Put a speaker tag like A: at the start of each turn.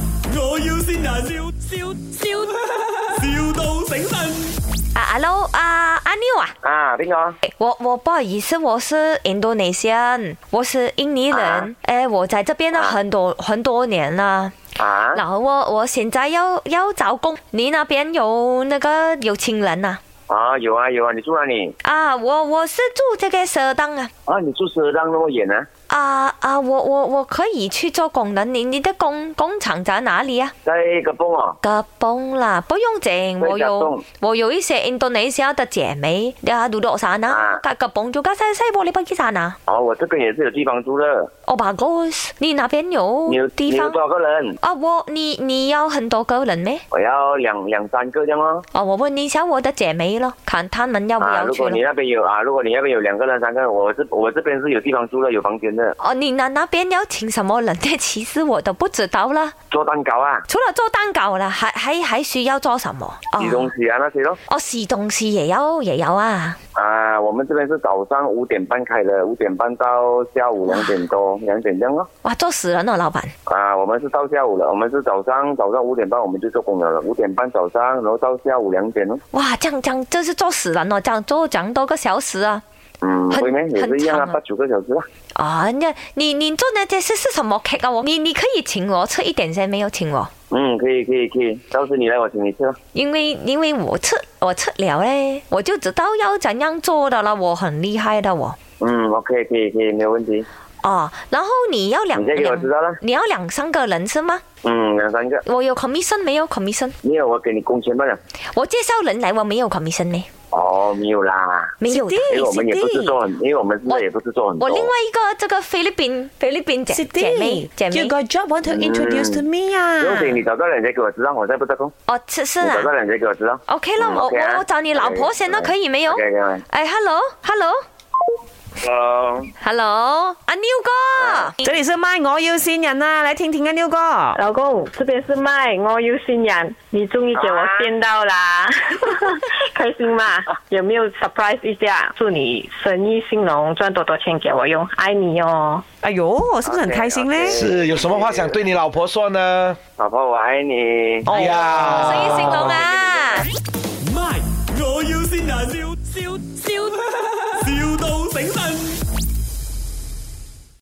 A: 要先人，笑笑笑，,笑到醒神。
B: 啊，hello，啊，阿 New 啊，
C: 啊，边个？
B: 我我不好意思，我是 Indonesian，我是印尼人
C: 啊，
B: 哎、我在这边呢很多很多年了，
C: 啊？
B: 然后我我现在要要找工，你那边有那个有亲人呐、
C: 啊，有啊有啊，你住哪里？
B: 啊？啊，我我是住这个蛇当啊，
C: 啊，你住蛇浪那么远啊？
B: 啊啊，我我我可以去做工人，你你的工工厂在哪里啊？
C: 在个崩哦。
B: 个崩啦，不用紧，
C: 在
B: 我有
C: 格
B: 我有一些印度尼西亚的姐妹，啊，读到啥呢
C: 啊？
B: 个个崩就个西西玻璃不去啥呢？
C: 哦，我这边也是有地方住的。
B: 哦，把哥，你那边有
C: 你有
B: 地
C: 你有
B: 方
C: 多少个人？
B: 啊？我你你要很多个人咩？
C: 我要两两三个这样哦。
B: 哦，我问一下我的姐妹咯，看她们要不
C: 啊，
B: 要
C: 如
B: 去
C: 果你
B: 咯。
C: 那边有啊，如果你那边有两个人、三个人，我这我这边是有地方住的，有房间的，
B: 哦，你那那边要请什么人呢？其实我都不知道啦。
C: 做蛋糕啊，
B: 除了做蛋糕啦，还还还需要做什么？
C: 洗东
B: 哦，
C: 西啊那些咯。
B: 哦，洗东西也要也要啊。
C: 啊，我们这边是早上五点半开的，五点半到下午两点多、两点这样咯。
B: 哇，做死人了，老板。
C: 啊，我们是到下午了，我们是早上早上五点半我们就做工了了，五点半早上，然后到下午两点哦。
B: 哇，这样这样，这是做死人哦了，这样做讲多个小时啊。
C: 嗯，
B: 很
C: 会咩？也是一样
B: 很
C: 啊，
B: 长啊
C: 八九个小时啊。
B: 啊，那你你做那件事是什么 cake 啊？我你你可以请我吃一点先，没有请我。
C: 嗯，可以可以可以，到时你来我请你吃啊。
B: 因为因为我吃我吃了嘞，我就知道要怎样做的了，我很厉害的我。
C: 嗯，OK 可以可以，没有问题。
B: 哦，然后你要两
C: 你再给我
B: 两
C: 知道啦。
B: 你要两三个人是吗？
C: 嗯，两三个，
B: 我有 commission 没有 commission？
C: 没有我给你工钱罢了。
B: 我介绍人来，我没有 commission 呢，
C: 哦，没有啦，
B: 没有的。
C: 因为我们也不是做很，因为我们现
B: 我
C: 在也不是做很多。
B: 我另外一个这个菲律宾菲律宾姐
D: Siti,
B: 姐妹姐
D: you
B: 妹
D: got job want to introduce to me 啊
C: 不用紧，你找到人再给我知道，我再不得工。
B: 哦，是是
C: 你找到
B: 啊。
C: 人再给我知道。
B: OK 了，
C: 嗯
B: 我
C: OK 啊
B: 我我找你老婆先了，
C: 可以
B: 可以没有
C: OK，？OK，OK。啊
B: 哎，hello，hello，hello，阿 New
C: 啊
B: 哥。
D: 这里是麦，我要新人啊，来听听啊，妞哥。
E: 老公，哦这边是麦，我有新人，你终于给我见到啦， 开心吗？有没有 surprise 一下？祝你生意兴隆，赚多多钱给我用，爱你哦。
D: 哎呦，是不是很开心呢？
C: OK，OK
F: 是有什么话想对你老婆说呢？
C: 老婆，我爱你。
F: 哎呀，
B: 哦生意兴隆啊！